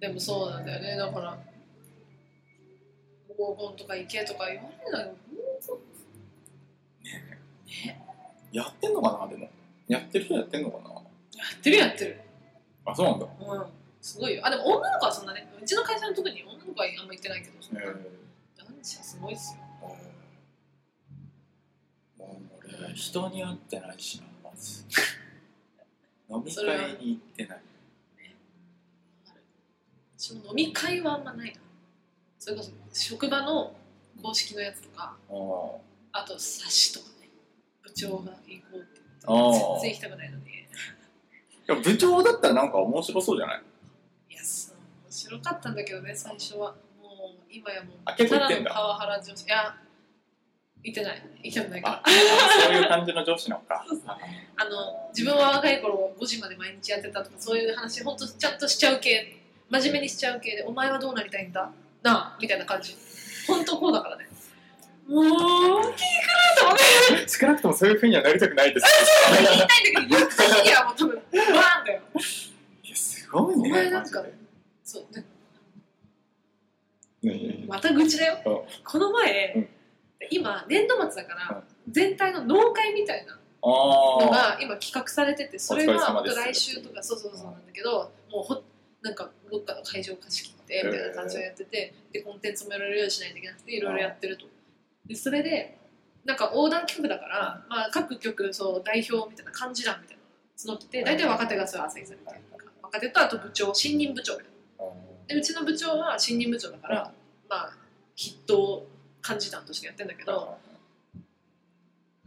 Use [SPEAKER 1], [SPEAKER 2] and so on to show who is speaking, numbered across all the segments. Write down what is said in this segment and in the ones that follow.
[SPEAKER 1] でもそうなんだよねだから黄金とか行けとか言われないよ
[SPEAKER 2] やってんのかなでもやってる人やってんのか
[SPEAKER 1] やってるやってる
[SPEAKER 2] なあそうなんだ
[SPEAKER 1] うんすごいよあでも女の子はそんなねうちの会社の特に女の子はあんま行ってないけどそんな
[SPEAKER 2] え
[SPEAKER 1] 男子はすごいっすよ
[SPEAKER 2] ー、もう俺人に会ってないしなま ず飲み会に行ってない
[SPEAKER 1] その飲み会はあんまないなそれこそ職場の公式のやつとか
[SPEAKER 2] あー
[SPEAKER 1] あと冊子とかね部長が行こうって
[SPEAKER 2] あー
[SPEAKER 1] 全然行きたくないので
[SPEAKER 2] いや部長だったらなんか面白そうじゃない
[SPEAKER 1] いやそう面白かったんだけどね最初はもう今やも
[SPEAKER 2] あ
[SPEAKER 1] う
[SPEAKER 2] 結構
[SPEAKER 1] た
[SPEAKER 2] 行っ
[SPEAKER 1] だ
[SPEAKER 2] てん
[SPEAKER 1] の
[SPEAKER 2] だ
[SPEAKER 1] パワハラ上司いや行ってない行きたくないから
[SPEAKER 2] あそういう感じの上司なの かあ
[SPEAKER 1] あの自分は若い頃5時まで毎日やってたとかそういう話ほんとちゃんとしちゃう系真面目にしちゃう系でお前はどうなりたいんだなあみたいな感じほんとこうだからねもう聞いてくれると思って
[SPEAKER 2] 少なくともそういうふうにはなりたくないです
[SPEAKER 1] 言いたいんだけど言った時にはもう多分バーンだよ
[SPEAKER 2] いやすごいね
[SPEAKER 1] お前なんか
[SPEAKER 2] マジ
[SPEAKER 1] そうで
[SPEAKER 2] でいやいやいや
[SPEAKER 1] また愚痴だよ
[SPEAKER 2] うん
[SPEAKER 1] この前、
[SPEAKER 2] うん
[SPEAKER 1] 今年度末だから、全体の農会みたいなの
[SPEAKER 2] ああ
[SPEAKER 1] が今企画されててそれ
[SPEAKER 2] お
[SPEAKER 1] が
[SPEAKER 2] 疲れ様
[SPEAKER 1] 本
[SPEAKER 2] です
[SPEAKER 1] 当来週とかそうそうそうなんだけどもうほなんかどっかの会場貸し切ってみたいな感じをやってて、でコンテンツもいろいろ用意しないといけなくていろいろやってるとでそれでなんか横断局だから、まあ、各局そう代表みたいな幹事団みたいなの募ってて大体若手がそれ朝日さんみたいな若手とあと部長新任部長みたいなでうちの部長は新任部長だから、まあ筆頭幹事団としてやってんだけど、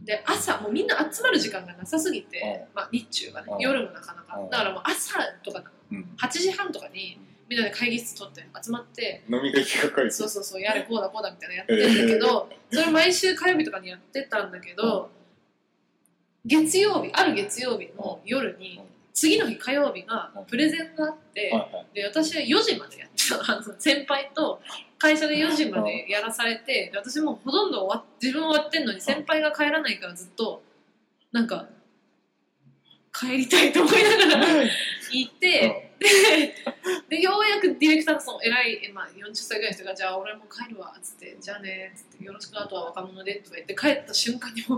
[SPEAKER 1] で朝もうみんな集まる時間がなさすぎて、まあ、日中はね、
[SPEAKER 2] うん
[SPEAKER 1] 夜もなかなか、
[SPEAKER 2] うん
[SPEAKER 1] だからもう朝とかなの
[SPEAKER 2] うん
[SPEAKER 1] 8時半とかにみんなで会議室取って集まって、
[SPEAKER 2] 飲み会企画会
[SPEAKER 1] そうそうそうやれこうだこうだみたいなのやってるんだけど、それ毎週火曜日とかにやってたんだけど、月曜日ある月曜日の夜に、
[SPEAKER 2] うん
[SPEAKER 1] 次の日火曜日が
[SPEAKER 2] うん
[SPEAKER 1] プレゼンがあって、
[SPEAKER 2] はいはい
[SPEAKER 1] で私は4時までやってた あの先輩と会社で4時までやらされてで私もうほとんど終わっ自分終わってんのに先輩が帰らないからずっとなんか帰りたいと思いながら行ってでようやくディレクターのその偉い、えまあ、40歳ぐらいの人が「じゃあ俺も帰るわ」っつって「じゃあね」っつって「よろしくあとは若者で」とか言って帰った瞬間にも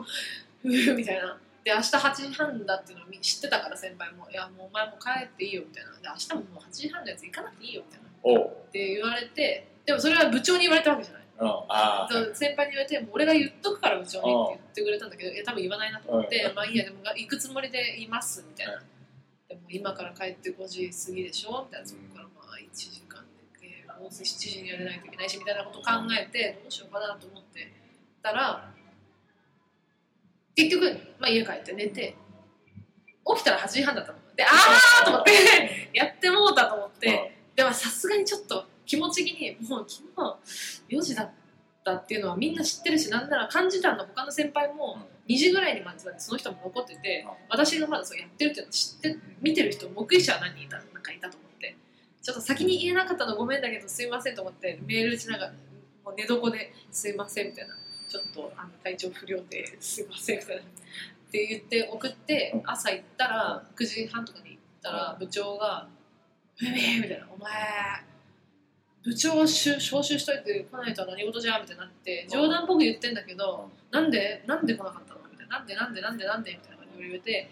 [SPEAKER 1] う 「ふう」みたいな。で明日8時半だっていうのを知ってたから先輩も「いやもうお前もう帰っていいよ」みたいな「で明日ももう8時半のやつ行かなくていいよ」みたいな
[SPEAKER 2] おう
[SPEAKER 1] って言われてでもそれは部長に言われたわけじゃない
[SPEAKER 2] うんああ
[SPEAKER 1] そう先輩に言われてもう俺が言っとくから部長にって言ってくれたんだけどいや多分言わないなと思ってまあいいやでもが行くつもりでいますみたいなでも今から帰って5時過ぎでしょみたいなそこからまあ1時間でえーどうせ7時にやれないといけないしみたいなことを考えてどうしようかなと思ってたら結局、まあ、家帰って寝て起きたら8時半だったのでああと思ってやってもうたと思って、ではさすがにちょっと気持ち的にもう昨日4時だったっていうのはみんな知ってるしなんなら幹事団の他の先輩も2時ぐらいにまでその人も残ってて
[SPEAKER 2] うん
[SPEAKER 1] 私がまだそうやってるっていうのを知って見てる人目撃者は何人いたなんかいたと思ってちょっと先に言えなかったのごめんだけどすいませんと思ってメール打ちながらもう寝床ですいませんみたいなちょっとあの体調不良ですいませんみたいなって言って送って
[SPEAKER 2] うん
[SPEAKER 1] 朝行ったら9時半とかに行ったら部長が「うめえ」みたいな「お前部長をしゅ招集しといて来ないとは何事じゃ」みたいになって冗談っぽく言ってんだけど「なんでなんで来なかったの?」みたいな「なんでなんでなんでなんで?」みたいな感じで言って「いやー」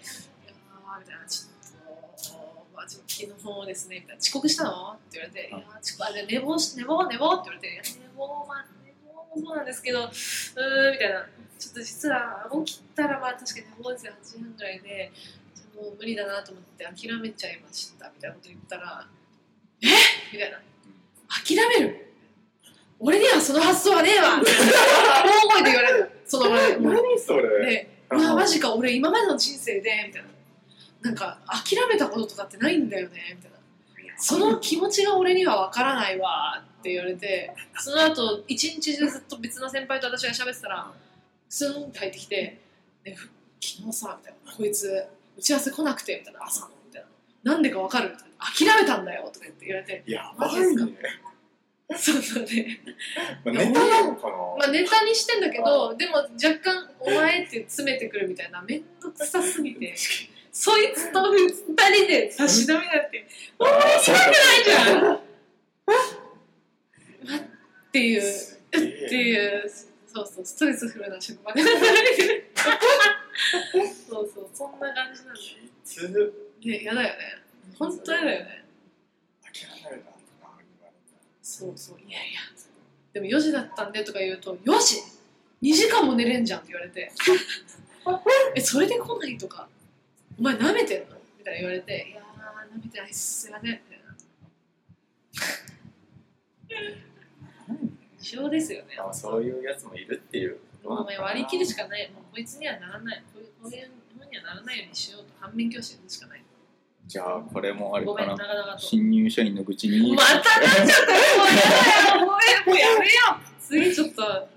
[SPEAKER 1] みたいな「ちょっと、まあ、ちょっと昨日ですね」みたいな「遅刻したの?」って言われて「いやーちょっとあれ寝坊し寝坊寝坊」って言われて「いや寝坊は寝坊もそうなんですけどうーん」みたいな「ちょっと実は起きたらまあ確かに寝坊ですよ8時半ぐらいで」もう無理だなと思って諦めちゃいましたみたいなこと言ったら「えみたいな諦める俺にはその発想はねえわ大声で言われるその場でもう
[SPEAKER 2] 何それ
[SPEAKER 1] で「うわマジか俺今までの人生で」みたいな「なんか諦めたこととかってないんだよね」みたいな「その気持ちが俺には分からないわ」って言われてその後一日中ずっと別の先輩と私が喋ってたらスンって入ってきて「でふ昨日さ」みたいな「こいつ打ち合わせ来なくて」みたいな「朝の」みたいな「なんでか分かる?」みたいな「諦めたんだよ」とか言って言われて
[SPEAKER 2] やばいね
[SPEAKER 1] そうそうね。
[SPEAKER 2] まあネタなのか
[SPEAKER 1] まあネタにしてんだけど、でも若干「お前」って詰めてくるみたいなめんどくさすぎてそいつと二人で差し飲みなんて
[SPEAKER 2] なあーそうか
[SPEAKER 1] ないじゃんっていうっ
[SPEAKER 2] すげえ
[SPEAKER 1] ていうそうそうストレスフルな職場でそうそうそんな感じなの
[SPEAKER 2] きつ
[SPEAKER 1] でやだよね本当やだよね
[SPEAKER 2] 諦めるなとか言われた
[SPEAKER 1] そうそういやいやでも4時だったんでとか言うと4時 ?2 時間も寝れんじゃんって言われて えそれで来ないとかお前なめてんのみたいな言われていやーなめてないっすすいませんみたいな一緒ですよね
[SPEAKER 2] まあ、そういうやつもいるっていうこと
[SPEAKER 1] ま
[SPEAKER 2] な
[SPEAKER 1] あ
[SPEAKER 2] のかな
[SPEAKER 1] 割り切るしかないもうこいつにはならないこういうこういうふうにはならないようにしようと反面教師にしかない
[SPEAKER 2] じゃあこれもあれ
[SPEAKER 1] ごめ
[SPEAKER 2] か
[SPEAKER 1] んな
[SPEAKER 2] な
[SPEAKER 1] かなかと
[SPEAKER 2] 新入社員の愚痴に
[SPEAKER 1] またなっちゃったもうやだよもうやもうやめよう次ちょっと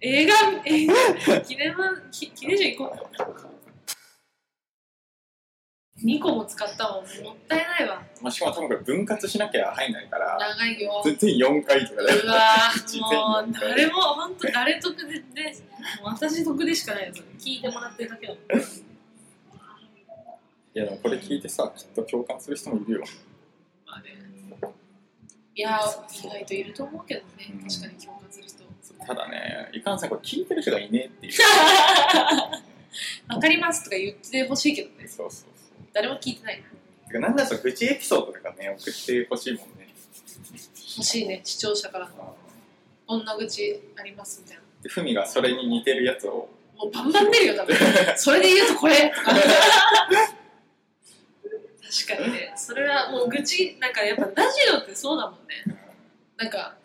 [SPEAKER 1] 映画映画記念版き記念書行こう2個も使ったもんもったいないわ
[SPEAKER 2] まあ、しかもともかく分割しなきゃ入んないから
[SPEAKER 1] 長いよ
[SPEAKER 2] 全然4回とかだよ
[SPEAKER 1] うわーもう誰も本当誰得でねもう私得でしかないよそれ聞いてもらってるだけだもん
[SPEAKER 2] いやでもこれ聞いてさきっと共感する人もいるよ
[SPEAKER 1] まあねいやー意外といると思うけどね
[SPEAKER 2] うん
[SPEAKER 1] 確かに共感する人
[SPEAKER 2] ただねいかんせんこれ聞いてる人がいねえっていう
[SPEAKER 1] わかりますとか言ってほしいけどね
[SPEAKER 2] そうそうそう
[SPEAKER 1] 誰も聞いてない
[SPEAKER 2] てかなんだと愚痴エピソードとかね送ってほしいもんね
[SPEAKER 1] 欲しいね視聴者からこんな愚痴ありますみたいな
[SPEAKER 2] でふみがそれに似てるやつを
[SPEAKER 1] もうバンバン出るよ多分 それで言うとこれとか確かにねそれはもう愚痴なんかやっぱラジオってそうだもんねなんか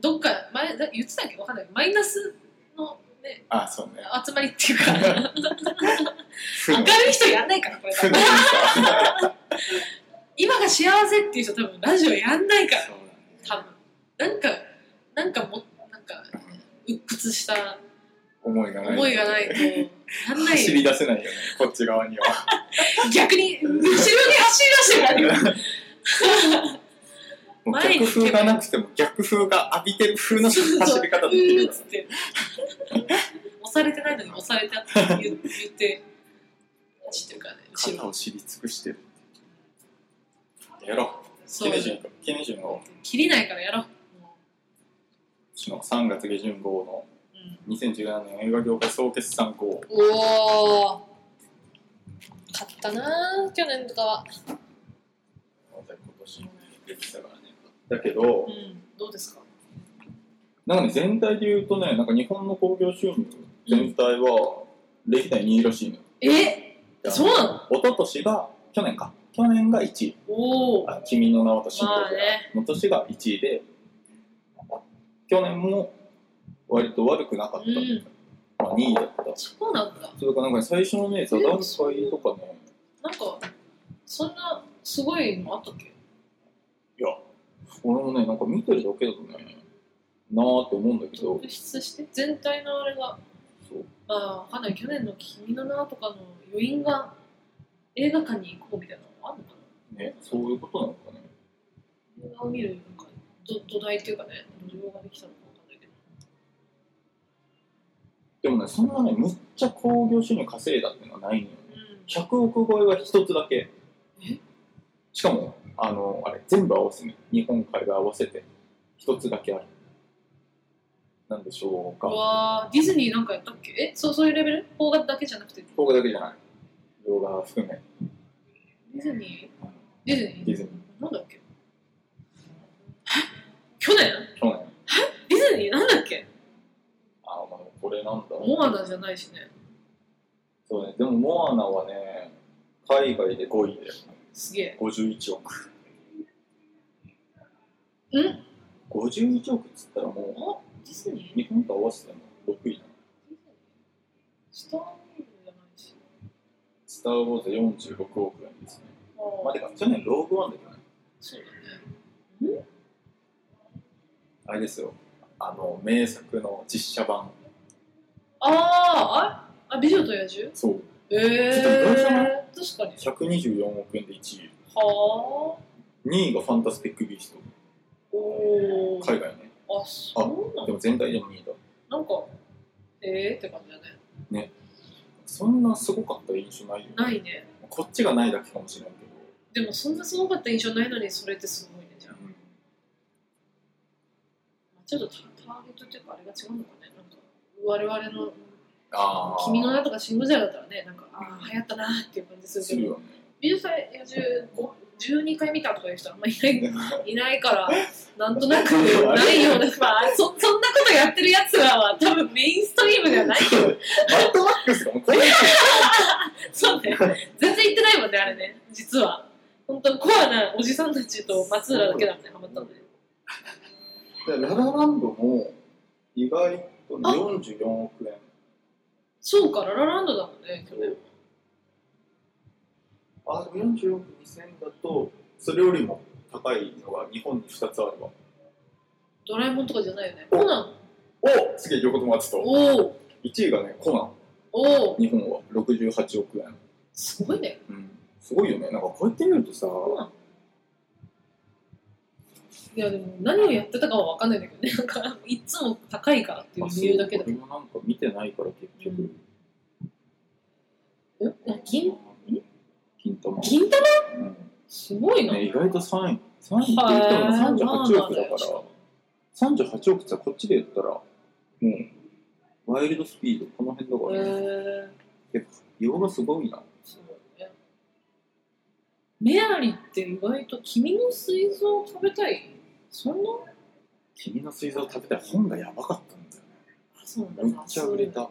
[SPEAKER 1] どっか前だ言ってたっけわかんないマイナスのね
[SPEAKER 2] あそうね
[SPEAKER 1] 集まりって いうか
[SPEAKER 2] 負
[SPEAKER 1] 明
[SPEAKER 2] の
[SPEAKER 1] るい人やんないからこれ多
[SPEAKER 2] 負
[SPEAKER 1] 分
[SPEAKER 2] のいいさ
[SPEAKER 1] 今が幸せっていう人多分ラジオやんないから
[SPEAKER 2] そうだ
[SPEAKER 1] 多分なんかなんかもなんか
[SPEAKER 2] ね
[SPEAKER 1] 鬱屈した
[SPEAKER 2] うん思いがない
[SPEAKER 1] 思いがないとやんない
[SPEAKER 2] 走
[SPEAKER 1] よ
[SPEAKER 2] り出せないよねこっち側には
[SPEAKER 1] 逆に後ろに走り出してるからね
[SPEAKER 2] もう逆風がなくても逆風が浴びてる風の走り方
[SPEAKER 1] う
[SPEAKER 2] できる
[SPEAKER 1] ー
[SPEAKER 2] か
[SPEAKER 1] っつって押されてないのに押されたって言言って走ってるからね後
[SPEAKER 2] ら
[SPEAKER 1] ろ
[SPEAKER 2] 肩を知り尽くしてるやろう
[SPEAKER 1] そ
[SPEAKER 2] ケ
[SPEAKER 1] う
[SPEAKER 2] ネジンケネジンの
[SPEAKER 1] 切りないからやろうも
[SPEAKER 2] その3月下旬号
[SPEAKER 1] う、うん、
[SPEAKER 2] の2017年映画業界総決算号
[SPEAKER 1] おお買ったな去年とかは、
[SPEAKER 2] 今年に出てきたからねだけど、
[SPEAKER 1] うん、どうですか
[SPEAKER 2] なんかね全体で言うとねなんか日本の興行収入全体は歴代2位らしいのよ
[SPEAKER 1] え
[SPEAKER 2] で
[SPEAKER 1] そうなの
[SPEAKER 2] 一昨年が去年か去年が1位
[SPEAKER 1] おお
[SPEAKER 2] あ君の名はと新
[SPEAKER 1] まあ
[SPEAKER 2] 曲
[SPEAKER 1] ね
[SPEAKER 2] の年が1位で去年も割と悪くなかった、
[SPEAKER 1] うん
[SPEAKER 2] まあ、2位だった
[SPEAKER 1] そうなんだ
[SPEAKER 2] それからなんかね最初のね座談会とかね
[SPEAKER 1] なんかそんなすごいのあったっけ
[SPEAKER 2] いや、俺もね、なんか見てるだけだとね、なーって思うんだけど
[SPEAKER 1] 特、筆して全体のあれが
[SPEAKER 2] そう
[SPEAKER 1] まあわかんない去年の「君の名」とかの余韻が映画館に行こうみたいなのあるのか
[SPEAKER 2] ね、そういうことなのかね。
[SPEAKER 1] な映画を見るなんか土土台っていうかね土壌ができたのかわかんないけど
[SPEAKER 2] でもね、そんなね、むっちゃ興行収入稼いだっていうのはないのよね。
[SPEAKER 1] うん
[SPEAKER 2] 100億超えは一つだけ
[SPEAKER 1] え。
[SPEAKER 2] しかも、あの、あれ、全部合わせね、日本海が合わせて、一つだけある。なんでしょう
[SPEAKER 1] う
[SPEAKER 2] か。
[SPEAKER 1] わーディズニーなんかやったっけえそうそういうレベル邦画だけじゃなくてデ
[SPEAKER 2] 動画だけじゃない。動画含め。
[SPEAKER 1] ィズニー
[SPEAKER 2] あの
[SPEAKER 1] ディズニー
[SPEAKER 2] ディズニ
[SPEAKER 1] なんだっけえ去年
[SPEAKER 2] ー。去年、
[SPEAKER 1] ディズニーなんだっけ
[SPEAKER 2] あの、まあこれなんだろう
[SPEAKER 1] モアナじゃないしね
[SPEAKER 2] そうね、でも、モアナはね、海外で5位だよ。
[SPEAKER 1] すげえ
[SPEAKER 2] 51億
[SPEAKER 1] ん
[SPEAKER 2] 51億っつったらも
[SPEAKER 1] あディズニ
[SPEAKER 2] う
[SPEAKER 1] ー
[SPEAKER 2] 日本と合わせても6位なの
[SPEAKER 1] スター・ウォーズじゃないし
[SPEAKER 2] 「スター・ウォーズ」46億円ですね
[SPEAKER 1] あ
[SPEAKER 2] まあてか去年ローグワンだけどね
[SPEAKER 1] そうだ
[SPEAKER 2] あれですよあの名作の実写版
[SPEAKER 1] ねあーああ美女と野獣
[SPEAKER 2] そう
[SPEAKER 1] ええ
[SPEAKER 2] ちょっとどうしたの
[SPEAKER 1] 確かに
[SPEAKER 2] 124億円で1位
[SPEAKER 1] はあ
[SPEAKER 2] 2位が「ファンタスティック・ビースト
[SPEAKER 1] おお」
[SPEAKER 2] 海外ね
[SPEAKER 1] あそうな
[SPEAKER 2] で
[SPEAKER 1] の
[SPEAKER 2] も全体でも2位だ
[SPEAKER 1] なんかええって感じだね
[SPEAKER 2] そんなすごかった印象ないよ
[SPEAKER 1] ないね
[SPEAKER 2] こっちがないだけかもしれないけ
[SPEAKER 1] で
[SPEAKER 2] ど
[SPEAKER 1] もそんなすごかった印象ないのにそれってすごいねじゃあちょっとタターゲットっていうかあれが違うのかねなんか我々の
[SPEAKER 2] あー
[SPEAKER 1] 君の名とか新聞社だったらねなんかああ流行ったなっていう感じする
[SPEAKER 2] す
[SPEAKER 1] け
[SPEAKER 2] る
[SPEAKER 1] ど
[SPEAKER 2] よね。
[SPEAKER 1] 美術祭15 12回見たとかいう人あんまい ないいないからなんとなくないような、まあ、そそんなことやってるやつらは多分メインストリームではないよ
[SPEAKER 2] マッドマックスとかもこういう
[SPEAKER 1] そうね全然行ってないもんねあれね実は本当コアなおじさんたちと松浦だけだもんねハマったのね
[SPEAKER 2] でララランドも意外とね
[SPEAKER 1] あ
[SPEAKER 2] 44億円。
[SPEAKER 1] そうかララランドだもんね去年
[SPEAKER 2] あ、でも44億2000円だと、それよりも高いのが日本に2つあれば。
[SPEAKER 1] ドラえもんとかじゃないよねコナン
[SPEAKER 2] おすげえ、横友達と。
[SPEAKER 1] おお
[SPEAKER 2] 1位がね、コナ
[SPEAKER 1] おお
[SPEAKER 2] ン。日本は68億円。
[SPEAKER 1] すごいね
[SPEAKER 2] うん。すごいよね。なんかこうやって見るとさ、
[SPEAKER 1] いやでも何をやってたかは分かんないんだけどねなんかいつも高いからっていう
[SPEAKER 2] まあ
[SPEAKER 1] 理由だけだ
[SPEAKER 2] 俺もなんか見てないから結
[SPEAKER 1] う
[SPEAKER 2] 局。
[SPEAKER 1] え銀
[SPEAKER 2] 金玉。
[SPEAKER 1] 銀玉
[SPEAKER 2] うん
[SPEAKER 1] すごいな、
[SPEAKER 2] ね、意外と3位。3位って言ったら
[SPEAKER 1] はい
[SPEAKER 2] 38億だ
[SPEAKER 1] ま
[SPEAKER 2] か。
[SPEAKER 1] あまあだよしから
[SPEAKER 2] 38億ってさこっちで言ったらもうワイルドスピードこの辺だ
[SPEAKER 1] へ
[SPEAKER 2] から、ね
[SPEAKER 1] ー
[SPEAKER 2] 結構洋がすごいな
[SPEAKER 1] そうだねメアリーって意外と君の膵臓を食べたいそんな
[SPEAKER 2] 君の水槽食べたい本がやばかったんだよね
[SPEAKER 1] あそうなんだ
[SPEAKER 2] めっちゃ売れた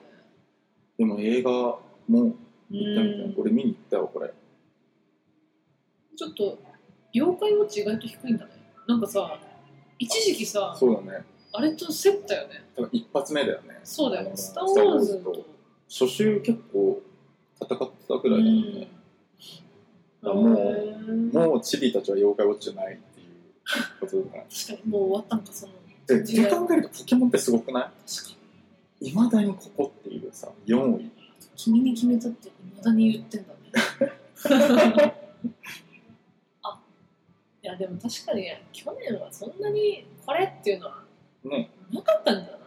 [SPEAKER 2] でも映画も行ったみたいな
[SPEAKER 1] うん
[SPEAKER 2] 俺見に行ったよこれ
[SPEAKER 1] ちょっと妖怪ウォッチ意外と低いんだねなんかさ一時期さ
[SPEAKER 2] そうだね
[SPEAKER 1] あれとセットよね
[SPEAKER 2] 多分一発目だよね
[SPEAKER 1] そうだよね
[SPEAKER 2] あ
[SPEAKER 1] 「
[SPEAKER 2] の
[SPEAKER 1] スター・ウォーズ」
[SPEAKER 2] スターウォーズ
[SPEAKER 1] と
[SPEAKER 2] と初週結構戦ってたくらいだもんね、だからもう
[SPEAKER 1] うん
[SPEAKER 2] もうチビたちは妖怪ウォッチじゃないっていうこと だね
[SPEAKER 1] 確かにもう終わったんかその
[SPEAKER 2] でって考えるとポケモンってすごくない
[SPEAKER 1] 確か
[SPEAKER 2] いまだにここっていうさ4位
[SPEAKER 1] に君に決めたっていまだに言ってんだ ねあいやでも確かに去年はそんなにこれっていうのは
[SPEAKER 2] ね
[SPEAKER 1] なかったんだな
[SPEAKER 2] Mm.